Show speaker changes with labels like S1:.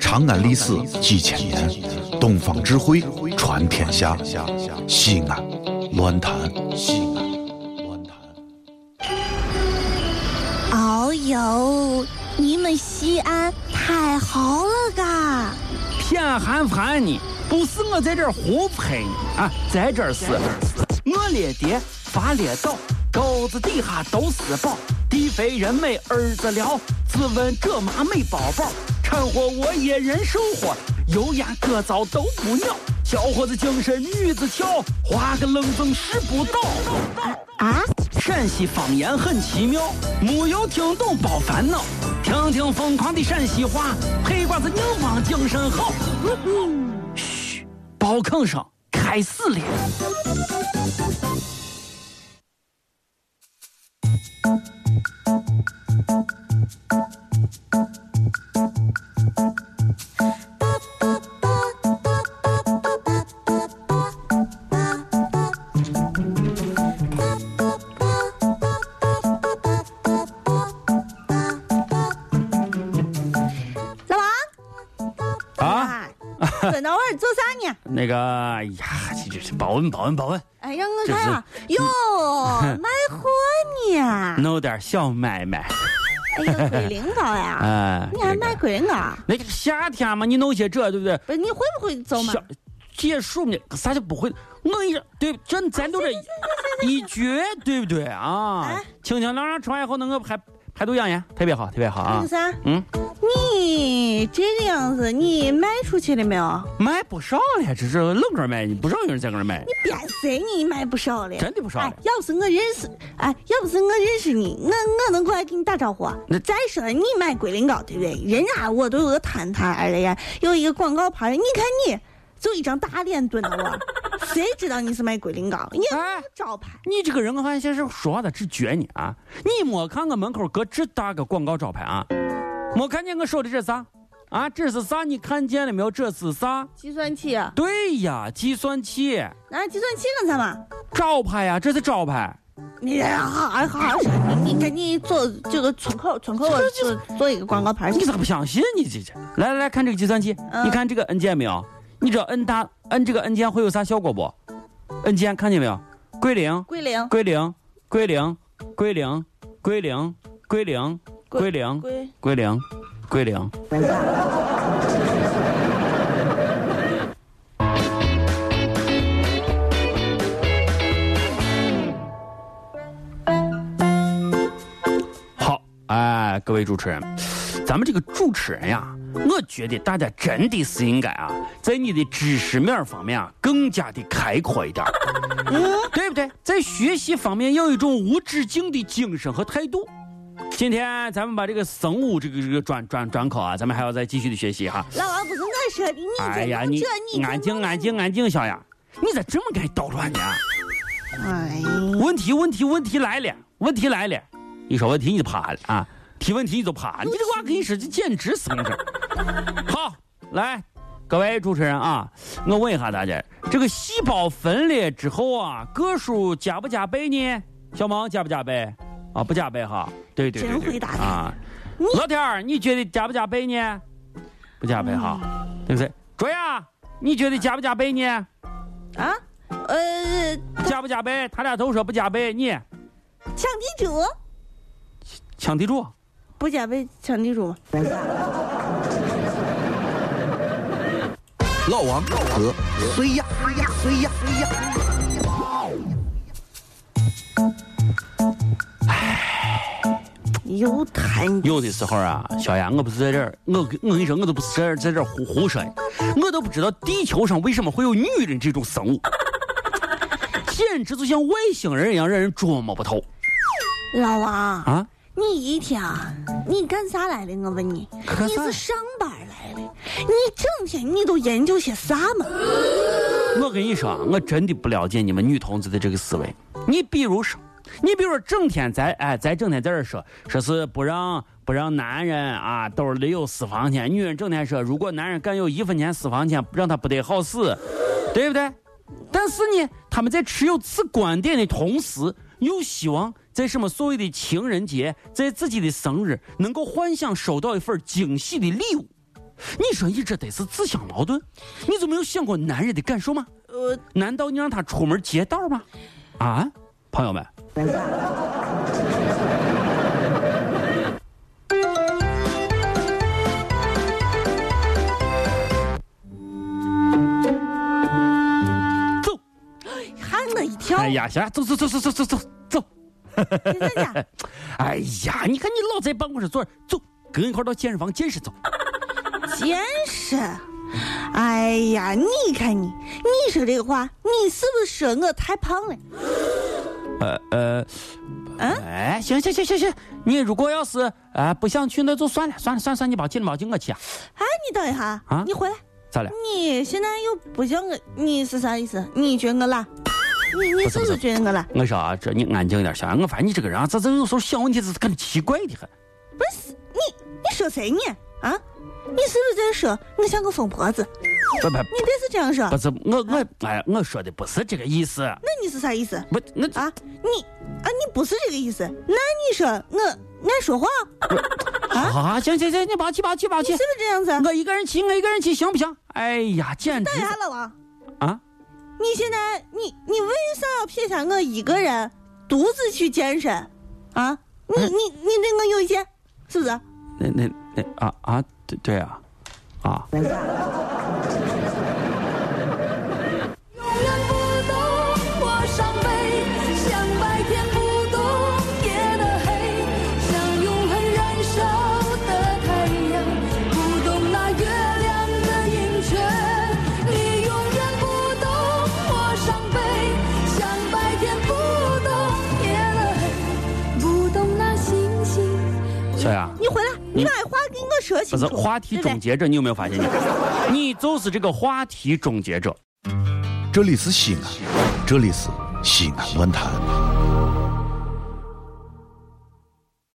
S1: 长安历史几千年，东方智慧传天下。西安，乱谈西安，乱谈。
S2: 哦呦，你们西安太好了嘎！
S3: 偏寒寒你，不是我在这儿胡喷你啊，在这儿是，我列爹发列倒，沟子底下都是宝，地肥人美儿子了，自问这妈没宝宝，掺和我也人生活，油盐各糟都不尿，小伙子精神女子俏，花个愣风使不倒。
S2: 啊，
S3: 陕西方言很奇妙，没有听懂别烦恼，听听疯狂的陕西话，黑瓜子硬邦精神好。嘘，包吭声开始了。
S2: 老王
S3: 啊，，
S2: 搁那会儿做啥呢？
S3: 那个哎呀，这这这保温保温保温，
S2: 哎，让我
S3: 这
S2: 看
S3: 是嗯
S2: 啊，哟，卖货呢？
S3: 弄点小买卖。
S2: 哎呦，龟苓膏呀，
S3: 哎，
S2: 你还
S3: 这个
S2: 卖龟苓膏？
S3: 那个夏天嘛，你弄些这对不对？
S2: 不是你会不会走嘛？
S3: 小解数呢，啥就不会。我跟你说，对，这咱都这一绝，对不对啊
S2: 啊？
S3: 清清凉凉吃完以后呢，我排排毒养颜，特别好，特别好
S2: 那
S3: 啊
S2: 个。啥，
S3: 嗯，
S2: 你这个样子，你卖出去了没有？
S3: 买不少了，只是愣着买，不少有人在那买
S2: 你，别谁你卖不少了，
S3: 真的不少
S2: 哎
S3: 了，。
S2: 要不是我认识，哎，要不是我认识你，我我能过来给你打招呼啊
S3: 那。
S2: 再说了，你卖龟苓膏对不对？人家我都有个摊摊了呀，有一个广告牌儿，你看你就一张大脸蹲着 我，谁知道你是卖龟苓膏？你也没
S3: 哎
S2: 有招牌，
S3: 你这个人，我发现是说话咋直觉呢啊！你没看我门口搁这大个广告招牌啊？没看见我手里这啥？啊，这是啥？你看见了没有？这是啥？
S2: 计算器啊，
S3: 对呀，计算器
S2: 拿计算器干啥嘛？
S3: 招牌呀，这是招牌。
S2: 你哎好好好说，你你赶紧做这个村口村口啊做做一个广告牌儿去
S3: 哎你。咋不相信你这这？来来来看这个计算器，
S2: 嗯
S3: 你看这个按键没有？你知道摁大摁这个按键会有啥效果不？按键看见没有？归零，
S2: 龟苓
S3: 归零，归零，归零，归零，归零，归零，
S2: 龟
S3: 归零，归零。好，哎，各位主持人，咱们这个主持人呀，我觉得大家真的是应该啊，在你的知识面儿方面啊，更加的开阔一点儿，对不对？在学习方面要有一种无止境的精神和态度。今天咱们把这个生物这个这个专专专科啊，咱们还要再继续的学习哈。
S2: 老王不是我说的，你就
S3: 哎呀，
S2: 弄
S3: 你
S2: 这你就
S3: 安
S2: 弄
S3: 静安静安静，小杨，你咋这么给捣乱呢？啊
S2: 哎，
S3: 问题问题问题来了，问题来了，一说问题你就趴了啊，提问题你就趴了，你这话跟你说这简直是个事儿好，来，各位主持人啊，我问一下大家，这个细胞分裂之后啊，个数加不加倍呢？小萌加不加倍？啊，不加倍哈，对对对
S2: 真
S3: 对
S2: 会答
S3: 啊。老天儿，你觉得加不加倍呢？不加倍哈，对不对？卓雅，你觉得加不加倍呢？
S2: 啊，呃，
S3: 加不加倍？他俩都说不加倍，你
S2: 抢地主
S3: 抢地主。
S2: 不加倍抢地主吗？
S1: 老王和谁呀？谁呀？谁呀？谁呀？
S2: 又谈
S3: 有的时候啊，小杨，我不是在这儿，我跟我跟你说，我都不是在这儿在这儿胡胡说的，我都不知道地球上为什么会有女人这种生物， 简直就像外星人一样，让人捉摸不透
S2: 老王，
S3: 啊！
S2: 你一天啊，你干啥来了？我问你，
S3: 干
S2: 你
S3: 啥
S2: 是上班来了？你整天你都研究些啥嘛？
S3: 我跟你说啊，我真的不了解你们女同志的这个思维。你比如说，你比如说整天在哎，咱整天在这儿说，说是不让不让男人啊兜里有私房钱，女人整天说，如果男人敢有一分钱私房钱，让他不得好死，对不对？但是呢，他们在持有此观点的同时，又希望在什么所谓的情人节，在自己的生日，能够幻想收到一份惊喜的礼物。你说你这得是自相矛盾，你就没有想过男人的感受吗？
S2: 呃，
S3: 难道你让他出门劫道吗？啊，朋友们，走！
S2: 吓我一跳！
S3: 哎呀，行，走走走走走走走走！
S2: 真的假的？
S3: 哎呀，你看你老在办公室坐着，走，跟一块儿到健身房健身走。
S2: 健身？哎呀，你看你，你说这个话，你是不是说我太胖了？
S3: 呃呃，
S2: 嗯
S3: 哎，行行行行行，你如果要是啊、不想去，那就算了算了算了算了，你别去，你别去，我去啊，
S2: 哎，你等一下，
S3: 啊
S2: 你回来，
S3: 咋了？
S2: 你现在又不像我，你是啥意思？你觉得我懒？你你是不是觉得我懒？
S3: 我说啊，这你安静一点，小杨，我发现你这个人啊，咋这有时候想问题是很奇怪的很。
S2: 你说谁呢？啊？你是不是在说我像个疯婆子？你
S3: 不不
S2: 别是这样说，
S3: 不是，我我哎，我说的不是这个意思，
S2: 那你是啥意思？
S3: 不，我
S2: 啊，你啊，你不是这个意思？那你说我爱说话，
S3: 啊，行行行，你别去别去别
S2: 你
S3: 去
S2: 是，不是这样子？
S3: 我一个人去，我一个人去，行不行？哎呀，简直
S2: 干啥，老王？
S3: 啊！
S2: 你现在你你为啥要撇下我一个人独自去健身？啊，你你你对我有意见，是不是？
S3: 那那那啊啊，对对啊，啊，
S4: 永远不懂我伤悲，像白天不懂夜的黑，像永恒燃烧的太阳，不懂那月亮的盈缺。你永远不懂我伤悲，像白天不懂夜的黑，不懂那星星。
S3: 小杨。
S2: 你回来，你把话给我说
S3: 不
S2: 清
S3: 是
S2: 楚。
S3: 话
S2: 对
S3: 题
S2: 不对
S3: 终结者，你有没有发现你？你就是这个话题终结者。
S1: 这里是西安，这里是西安论坛。